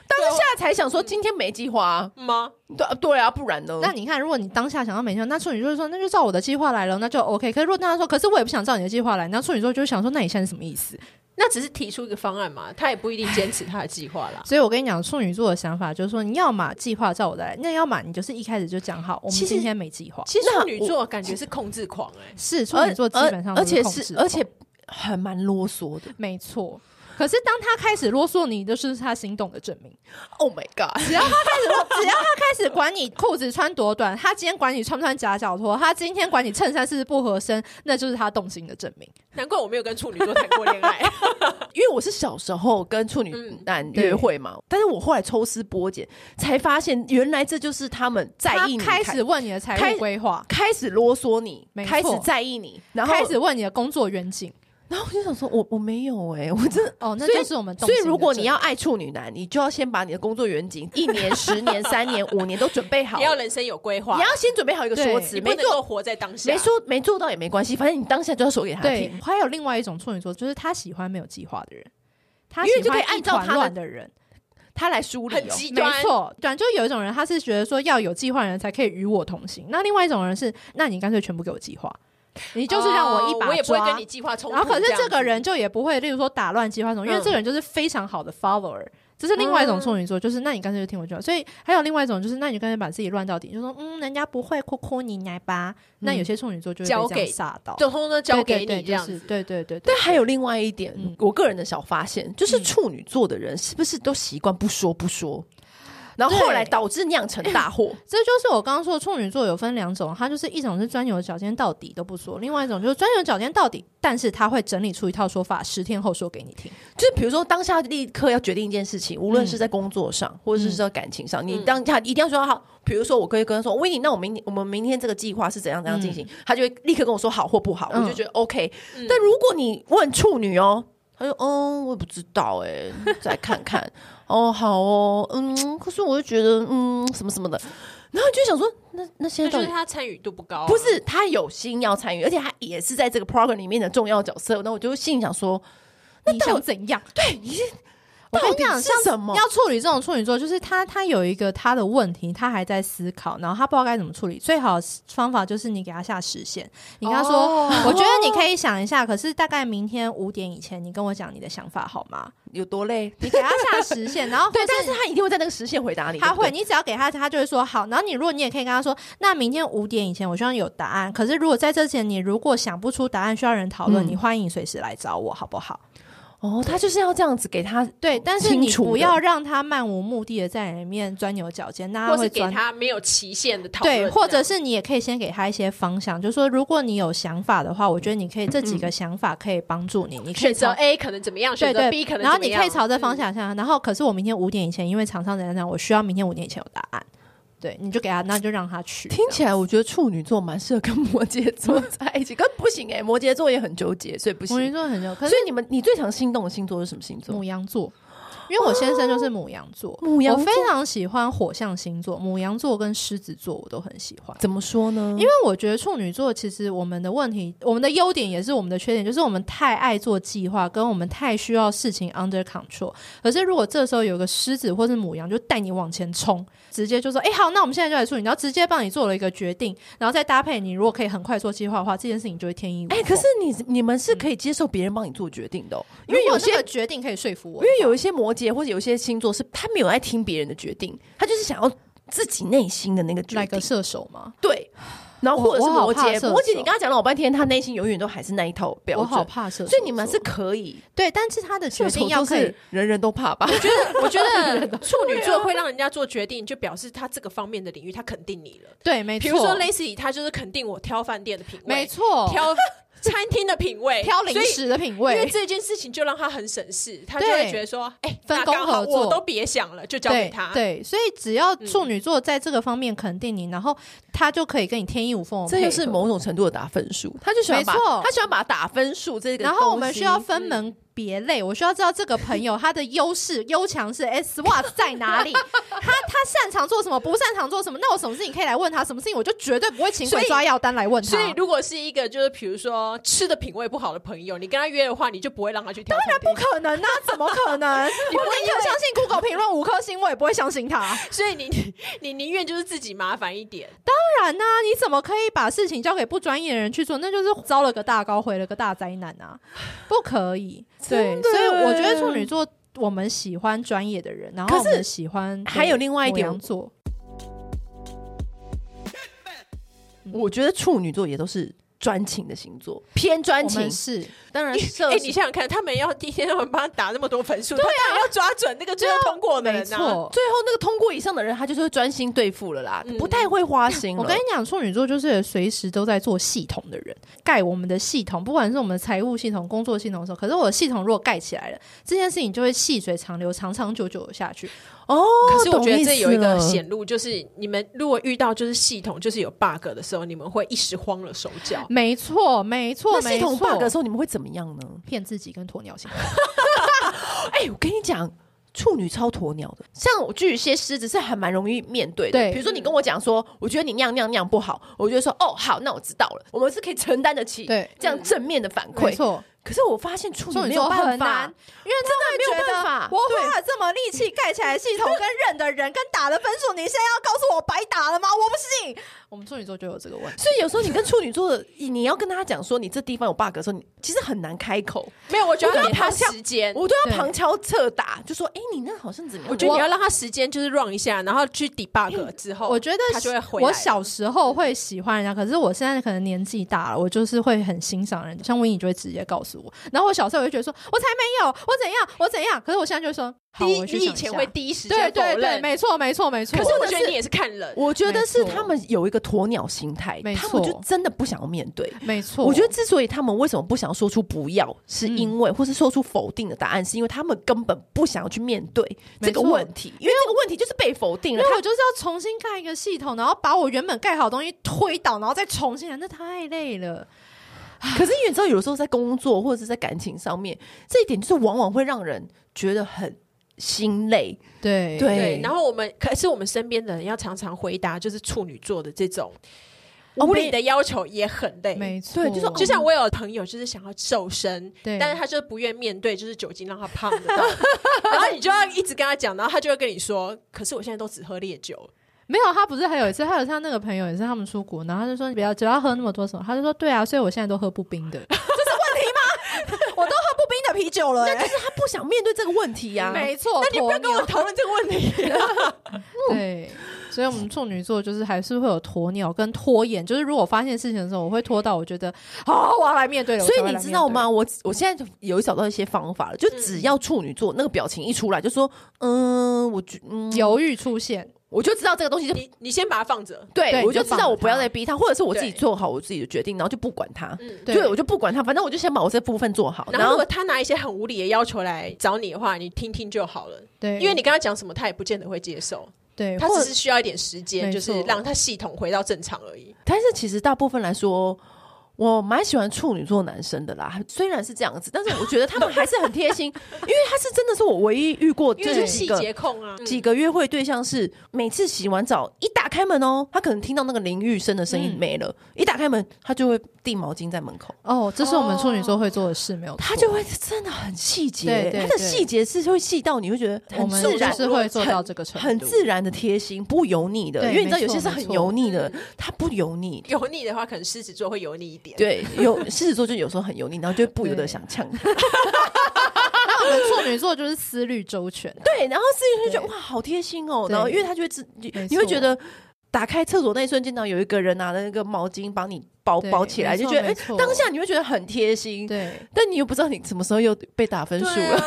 当下才想说今天没计划啊，嗯吗？对对啊，不然呢？那你看，如果你当下想要每天，那处女座就说那就照我的计划来了，那就 OK。可是如果大家说，可是我也不想照你的计划来，那处女座就会想说，那你现在是什么意思？。那只是提出一个方案嘛，他也不一定坚持他的计划啦 所以我跟你讲，处女座的想法就是说，你要嘛计划照我的来，那要嘛你就是一开始就讲好，我们其实今天没计划。其实那处女座感觉是控制狂哎、是处而女座基本上而都而且控制是狂而且还蛮啰嗦的。没错。可是当他开始啰嗦你，就是他心动的证明。 Oh my god！ 只要他开始 啰，只要他开始管你裤子穿多短，他今天管你穿不穿夹脚拖，他今天管你衬衫是不是不合身，那就是他动心的证明。难怪我没有跟处女座谈过恋 爱。 因为我是小时候跟处女嗯男对约会嘛，但是我后来抽丝剥茧，才发现原来这就是他们在他意你开始问你的财开务规划，开始啰嗦你，没错开始在意你，然后开始问你的工作远景。然后我就想说，我我没有哎、我真的。哦，那所以就是我们动所以，心的如果证你要爱处女男，你就要先把你的工作远景一年、十年、三年、五年都准备 好。也要人生有规划，你要先准备好一个说辞，你不没能够做活在当下。没说没做到也没关系，反正你当下就要说给他对听。，还有另外一种处女座，就是他喜欢没有计划的人，他因为喜就可以欢按一照团他的乱的人。他来梳理、哦很，极没端错，对，啊就有一种人，他是觉得说要有计划的人才可以与我同行。那另外一种人是，那你干脆全部给我计划，你就是让我一把抓。哦我也不会跟你计划冲突。然后可是样子这个人就也不会，例如说打乱计划什么，因为嗯这个人就是非常好的 follower。这是另外一种处女座，就是那你干脆就听我讲。所以还有另外一种就是，那你干脆把自己乱到底，就说嗯，人家不会，哭哭你来吧。那有些处女座就会被嗯交这样给吓到，就通通都交给对对你对这样就是子。对对对对。但还有另外一点，嗯我个人的小发现，就是处女座的人是不是都习惯不说不说，然后后来导致酿成大祸？这就是我刚刚说的处女座有分两种，它就是一种是钻牛角尖到底都不说，另外一种就是钻牛角尖到底，但是他会整理出一套说法，十天后说给你听。就是比如说当下立刻要决定一件事情，无论是在工作上、或者是在感情上，你当下一定要说好。比如说我可以跟他说，维尼，那我明天我们明天这个计划是怎样怎样进行，他就会立刻跟我说好或不好，嗯我就觉得 OK。但如果你问处女哦。他就嗯，我也不知道哎、 再看看哦，好哦，嗯，可是我就觉得嗯，什么什么的，然后就想说，那那现那在就到是底他参与度不高啊、不是他有心要参与，而且他也是在这个 program 里面的重要角色。那我就心里想说，你想怎样？对，我到跟你底讲，是像什么？要处理这种处女座，就是他他有一个他的问题，他还在思考，然后他不知道该怎么处理。最好的方法就是你给他下时限，你跟他说，哦我觉得你可以想一下，可是大概明天五点以前，你跟我讲你的想法好吗？有多 累？你给他下时限，然 后对或，但是他一定会在那个时限回答你。他对不对会，你只要给他，他就会说好。然后你如果你也可以跟他说，那明天五点以前我希望有答案。可是如果在这前你如果想不出答案，需要人讨论，嗯你欢迎随时来找我，好不好？哦，他就是要这样子给他。对，但是清你楚不的要让他漫无目的的在里面钻牛角尖，那或他是会给钻。他没有期限的讨论，对，或者是你也可以先给他一些方向，就说如果你有想法的话，我觉得你可以这几个想法可以帮助你，你可以嗯选择朝 A 可能怎么样，对选择对 B 可能然后怎么你样，嗯可以朝这方向下，然后可是我明天五点以前，因为厂商怎样怎样，我需要明天五点以前有答案。对，你就给他，那就让他 去。听起来，我觉得处女座蛮适合跟摩羯座在一起，跟不行哎、摩羯座也很纠结，所以不母羊行。座很久，可所是以你们，你最常心动的星座是什么星座母？羊座，因为我先生就是母羊座，母羊我座非常喜欢火象星座，母羊座跟狮子座我都很喜欢。怎么说呢？因因为我觉得处女座其实我们的问题，我们的优点也是我们的缺点，就是我们太爱做计划，跟我们太需要事情 under control。可是如果这时候有个狮子或是母羊，就带你往前冲，直接就说：“哎、好，那我们现在就来处理。”然后直接帮你做了一个决定，然后再搭配你，如果可以很快做计划的话，这件事情就会天衣无哎、缝。可是你你们嗯是可以接受别人帮你做决定的哦、因如为果有些那个决定可以说服我因，为有一些摩羯或者有一些星座是他没有爱听别人的决定，他就是想要自己内心的那个决来定个。射手嘛。对，然后或者是我我好摩怕射羯，手摩羯你跟他讲了老半天，他内心永远都还是那一套标我好准。怕射手座，所以你们是可以对，但是他的决定要射手座可以是。人人都怕吧？觉得，我觉 得处女座会让人家做决定，就表示他这个方面的领域他肯定你了。对，没错，比如说 Lacy，他就是肯定我挑饭店的品味，没，错，挑餐厅的品味，哦 挑零所以。食的品因为味，这件事情就让他很省事，他就对会觉得说，哎、分那工刚好合作我都别想了，就交给对他。嗯对，所以只要处女座在这个方面肯定你，然后他就可以跟你天衣无缝地 这配合。就是某种程度的打分数，他就喜欢把没错他喜欢把打分数这个东然西。后我们需要嗯分门别类，我需要知道这个朋友他的优势、优强是 S w a t 在哪里，他他擅长做什么，不擅长做什么，那我什么事情可以来问他，什么事情我就绝对不会请所鬼以抓药单来问他。所以，如果是一个就是比如说吃的品味不好的朋友，你跟他约的话，你就不会让他去挑。当然不可能啊，怎么可能？ 我宁可相信 Google 评论五颗星，我也不会相信他。所以你 你宁愿就是自己麻烦一 点。不然呢、啊你怎么可以把事情交给不专业的人去做？那就是遭了个大高，毁了个大灾难 啊！不可以。对，真的所以我觉耶得处女座，我们喜欢专业的人，然后可我是们喜欢还有另外一点做，我觉得处女座也都是专情的星座，偏专我情们。是当然，哎、射你想想看，他们要第一天他们帮他打那么多分数，他当然要抓准那个最后通过的啊没人啊。错。最后那个通过以上的人，他就是会专心对付了啦，嗯不太会花心了。我跟你讲，处女座就是随时都在做系统的人，盖我们的系统，不管是我们的财务系统、工作系统的时候，可是我的系统如果盖起来了，这件事情就会细水长流、长长久久的下去。哦，可是我觉懂得意这有一个思了显露，就是你们如果遇到就是系统就是有 bug 的时候，你们会一时慌了手脚。没错，没错，那系统没错 bug 的时候，你们会怎么样呢？骗自己跟鸵鸟型。哎、我跟你讲。处女超鸵鸟的，像我巨蟹、狮子是还蛮容易面对的。对比如说你跟我讲说，我觉得你酿酿酿不好，我就会说哦好，那我知道了，我们是可以承担得起对这样正面的反没馈。错，可是我发现处处女女没座有很办难法，，因为真的没有办法我花了这么力气盖起来系统跟认的人跟打的分数，你现在要告诉我白打了吗？我不信。我们处女座就有这个问题，所以有时候你跟处女座的，你要跟他讲说你这地方有 bug 的时候，你其实很难开口，没有，我觉得我觉得给他好像时间。我都对要旁敲侧打，就说哎、你那好像怎么样？我觉得你要让他时间就是 run 一下，然后去 debug 之后，我觉得他就会回来。我小时候会喜欢人家，可是我现在可能年纪大了，我就是会很欣赏人家。像温颖就会直接告诉我，然后我小时候我就觉得说，我才没有，我怎样，我怎样。可是我现在就会说，好，第一，我去你以想一前下会第一时对间否对对，认，没错没错没错。可是或我者觉是得你也是看人，我觉得是没错他们有一个鸵鸟心态没，他们就错真的不想要面对。没错，我觉得之所以他们为什么不想说出不要，是嗯因为、或是说出否定的答案，是因为他们根本不想要去面对没这个错问题，因为这个问题就是被否定因了。为他我就是要重新盖一个系统，然后把我原本盖好的东西推倒，然后再重新来，那太累了。 可是因为你知道，有时候在工作或者是在感情上面，这一点就是往往会让人觉得很心累。对对对，，然后我们可是我们身边的人要常常回答，就是处女座的这种哦无没理的要求也很累。没错，对就是就像我有朋友就是想要瘦身，对，但是他就是不愿面对，就是酒精让他胖 的道理然后你就要一直跟他讲，然后他就会跟你说：“可是我现在都只喝烈酒。没有他不是还有一次，还有他那个朋友也是他们出国，然后他就说你不要只要喝那么多什么，他就说对啊，所以我现在都喝不冰的，这是问题吗？我都喝不冰的啤酒了、那就是他不想面对这啊个问题呀、没错，那你不要跟我鸵鸟讨论这个问题、对。所以，我们处女座就是还是会有鸵鸟跟拖延，就是如果发现事情的时候，我会拖到我觉得，好，我要来面对了。所我才以会你来知面道对？吗？我我现在就有找到一些方法了，就只要处女座那个表情一出来，就说嗯，我觉嗯，犹豫出现，我就知道这个东西就你你先把它放着。对，对我你就就知放道我着不要它再逼他，或者是我自己对做好我自己的决定，然后就不管他。嗯，对我就不管他，反正我就先把我这部分做好。然后如果他拿一些很无理的要求来找你的话，你听听就好了，对，因为你跟他讲什么，他也不见得会接受，对，他或只者是需要一点时间，没就错是让他系统回到正常而已。但是其实大部分来说，我蛮喜欢处女座男生的啦。虽然是这样子，但是我觉得他们还是很贴心，因为他是真的是我唯一遇过，因就为是是几细个节控啊，嗯几个约会对象是每次洗完澡一打开门哦，他可能听到那个淋浴声的声音嗯没了，一打开门他就会递毛巾在门口。哦，这是我们处女座会做的事，没有错他就会真的很细对节，对他的对细节是会细到你会觉得我很们自就然，是会做到这个程度，很自然的贴心，不油腻的。对因为你知道没有错些是很油腻的，他不油腻。油腻的话，可能狮子座会油腻一点。对，有 狮子座就有时候很油腻，然后就会不由得想呛他。那我们处女座就是思虑周全、啊，对，然后狮子座就觉得对哇，好贴心哦。对然后因为他就会自，你没错你会觉得打开厕所那一瞬间，然后有一个人拿着那个毛巾帮你包对包起来，没就错觉得没哎错，当下你会觉得很贴心。对。但你又不知道你什么时候又被打分数对了， 啊，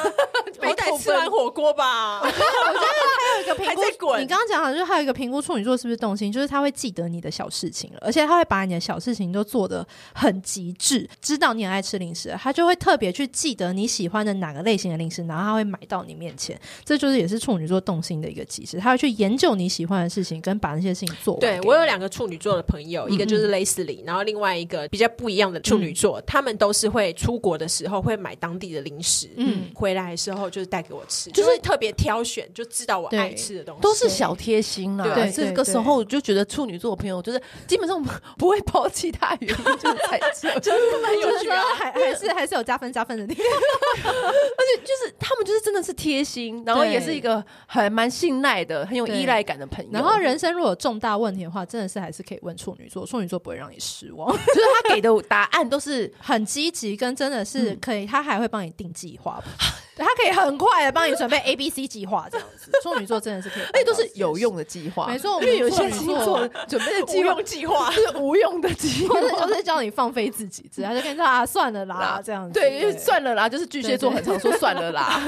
好歹吃完火锅吧。有 一个评还估在，滚你刚刚讲好，就是还有一个评估处女座是不是动心，就是他会记得你的小事情了，而且他会把你的小事情都做得很极致，知道你很爱吃零食了，他就会特别去记得你喜欢的哪个类型的零食，然后他会买到你面前，这就是也是处女座动心的一个极致，他会去研究你喜欢的事情，跟把那些事情做完给对你。我嗯有两个处女座的朋友，一个就是雷斯里，然后另外一个比较不一样的处女座，他们都是会出国的时候会买当地的零食，嗯嗯，回来的时候就是带给我吃，就就是是特别挑选，就知道我爱对吃的东西。都是小贴心啦。对这对个对时候我就觉得处女座的朋友就是基本上不 会抛弃他，原因就在这， 就是很就是说还 还是还是有加分加分的地方。 就是他们就是真的是贴心，然后对也是一个还蛮信赖的、很有对依赖感的朋友。然后人生如果有重大问题的话，真的是还是可以问处女座，处女座不会让你失望，就是他给的答案都 是很积极，跟真的嗯是可以，他还会帮你定计 划，对他可以很快的帮你准备 A、B、C 计划这样 子。处女座真的是可以，而哎且都是有。用的计划，没错因为有我一们处些女星座座准备的计划计划，是无用的计划 或，者就是叫你放飞自己，只他就跟你说啊，算了啦啦，这样子。对，因为算了啦，就是巨蟹座对很对常说算了啦。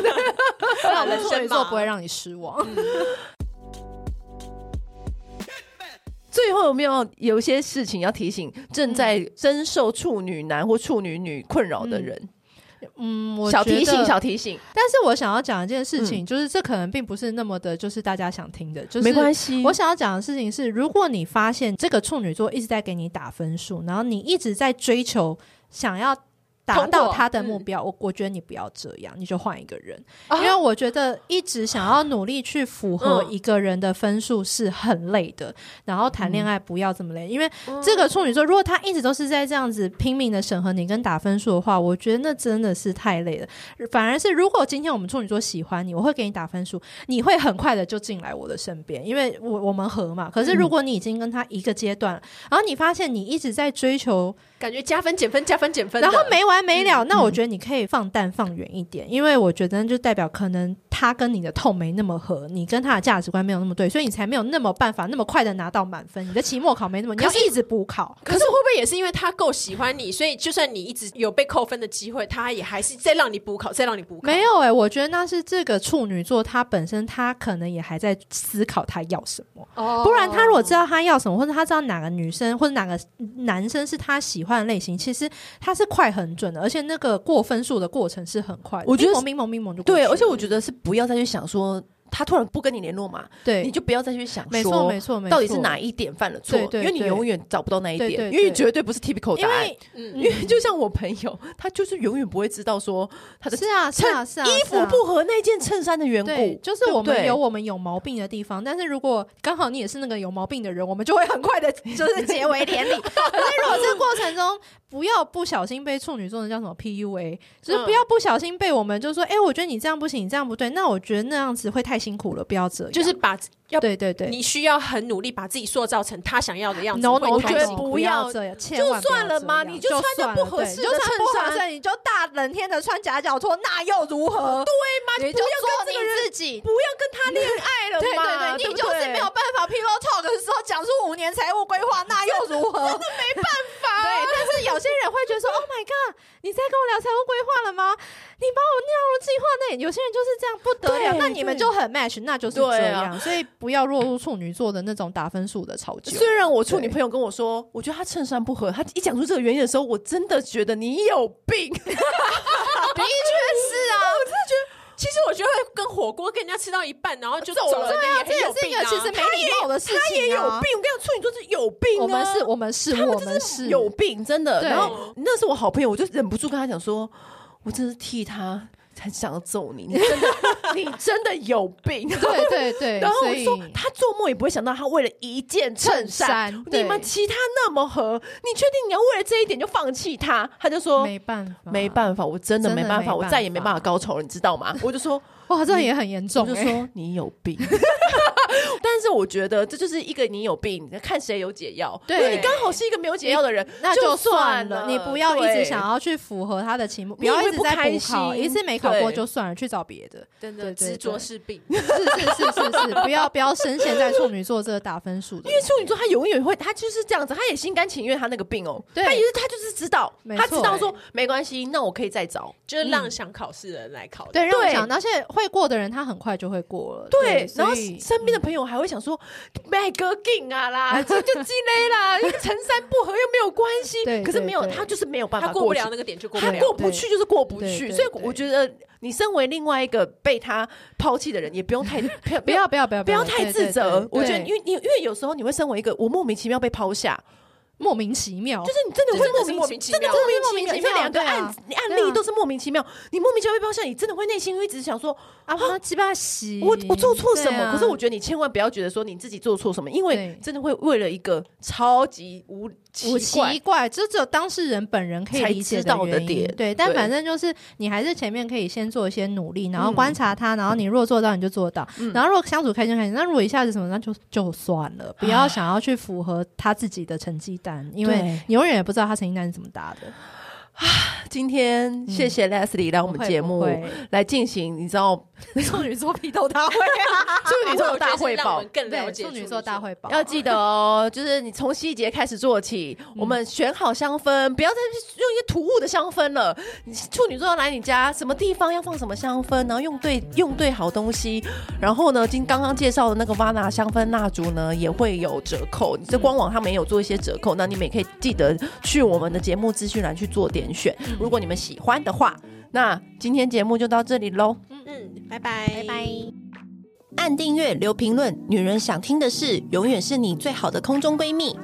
了，我们处人女生座吧不会让你失望。最后有没有有一些事情要提醒正嗯在深受处女男或处女女困扰的人？嗯，我小觉提醒，得小提醒，但是我想要讲一件事嗯情，就是这可能并不是那么的，就是大家想听的，就是没关系。我想要讲的事情是，如果你发现这个处女座一直在给你打分数，然后你一直在追求想要达通过嗯到他的目标，我我觉得你不要这样，你就换一个人，因为我觉得一直想要努力去符合嗯一个人的分数是很累的，然后谈恋爱不要这么累，因为这个处女座如果他一直都是在这样子拼命的审核你跟打分数的话，我觉得那真的是太累了。反而是如果今天我们处女座喜欢你，我会给你打分数，你会很快的就进来我的身边，因为我我们合嘛。可是如果你已经跟他一个阶段了，然后你发现你一直在追求， 感觉加分减分加分减分的，然后没完没了，那我觉得你可以放淡放远一点，因为我觉得那就代表可能他跟你的痛没那么合，你跟他的价值观没有那么对，所以你才没有那么办法那么快的拿到满分，你的期末考没那么，你要可是一直补考。可是会不会也是因为他够喜欢你，所以就算你一直有被扣分的机会，他也还是再让你补考，再让你补考。没有诶、我觉得那是这个处女座，她本身她可能也还在思考她要什么。哦不然他如果知道他要什么，或者他知道哪个女生或者哪个男生是他喜欢的类型，其实他是快很准的，而且那个过分数的过程是很快的。我觉得是明蒙明蒙就过去对，了而且我觉得是不要再去想说他突然不跟你联络嘛，对，你就不要再去想没错说没错没错，到底是哪一点犯了错，对对因为你对永远找不到那一点，对对对因为绝对不是 typical 因答案。为嗯因 为就像我朋友，他就是永远不会知道说他的是啊是啊是啊，衣是服啊不合那件衬衫的缘故，，对就是啊我对不们对有我们有毛病的地方，但是如果刚好你也是那个有毛病的人，我们就会很快的， 就是结为 连理。可是 如果这个过程中不要不小心被处女座的叫什么嗯 PUA，就是不要不小心被我们就说，哎、我觉得你这样不行，你这样不对，那我觉得那样子会太辛苦了，不要这样。就是把要对对对你需要很努力把自己塑造成他想要的样子。 ，no 会 no，我觉开得心不不要这样，千就万不要算了这嘛样你就穿着算不了合对适你就的穿衬不合衫适，你就大冷天的穿夹脚拖，那又如何？对嘛，你就不要做跟这你个人自己，不要跟他恋爱了 对嘛，对对，你不就是没有办法 pillow talk 的时候讲出五年财务规划，那又如 何？真的没办啊法。对，但是有些人会觉得说，Oh my god，你在跟我聊财务规划了吗？你把我纳入计划内。有些人就是这样不得了，对那你们对就很 match，那就是对这啊样。所以不要落入处女座的那种打分数的潮流。虽然我处女对朋友跟我说，我觉得她衬衫不合，她一讲出这个原因的时候，我真的觉得你有病。的确 是啊，我真的觉得。其实我觉得会跟火锅跟人家吃到一半，然后就走了，那这也也很有病是一个啊。其实没礼貌的事情、啊她也有病，我跟你讲，处女座是有病、啊。我们是，我们是，他我们就们是有病，啊真的。对然后那是我好朋友，我就忍不住跟他讲说，我真是替他才想要揍你，你真的，你真的有病。 对对对，然后所我以说，他做梦也不会想到，他为了一件衬衫，衬衫你对们其他那么合，你确定你要为了这一点就放弃他？他就说没办法，没办法，我真的真没的办法，没我办再也没法办法高潮了，你知道吗？我就说，哇，这也很严我重、就欸。说你有病。 但是我觉得这就是一个你有病，看谁有解药。对如果你刚好是一个没有解药的人， 那就就算了，了，你不要一直对想。要去符合他的期目，你不也要会一直不在开补考，心一次没考过对就算了，去找别的。 真对的对执对着是病。 是是是是是，不要不要深陷在处女座这个打分数的因为处女座他永远会，他就是这样子，他也心甘情愿他那个病哦，对他也是他就是知道没，他错知道说没关系，那我可以再找，就是让想考试的人来考的。对，让我对想到，而且会过的人他很快就会过了。对，所然后以身边的朋友还会想说，麦哥劲啊啦， 这就鸡肋啦，因为陈三不合又没有关系对，对可是没有，对他就是没有办他法过不去了那个点就过不他了。过不去就是过不去，对对所以我觉得你身为另外一个被他抛弃的人，也不用太不要不要不要不要不要太自责。我觉得，因为为你因为有时候你会身为一个我莫名其妙被抛下，莫名其妙，就是你真的这会真的莫是名莫名其真的妙莫名真的莫其名其这妙两个对啊案子案对例啊都是莫名其妙。你莫名其妙被标下，你真的会内心会一直想说，啊，我鸡巴洗，我我做错什对么？啊可是我觉得你千万不要觉得说你自己做错什么，因为对真的会为了一个超级无我奇奇怪。怪，这只有当事人本人可以理解才知道的原因点对，但对反正就是你还是前面可以先做一些努力，然后观察他，然后你若做到你就做到，然后如果相处开心开心，那如果一下子什么那就就算了，不要想要去符合他自己的成绩单，因为对你永远也不知道他成绩单是怎么打的。今天谢谢 Leslie 来我不们会节不目会 来进行，你知道处女座批斗大会，处女座大汇报。更了 对，解处女座大汇报要记得哦，就是你从细节开始做起。我们选好香氛，不要再用一些突兀的香氛了。你处女座要来你家，什么地方要放什么香氛，然后用对用对好东西。然后呢，今刚刚介绍的那个 Vana 香氛蜡烛呢，也会有折扣。你这官网他们也有做一些折扣，那你们也可以记得去我们的节目资讯栏去做点选。如果你们喜欢的话，那今天节目就到这里喽。嗯，拜拜，拜拜。按订阅，留评论，女人想听的事，永远是你最好的空中闺蜜。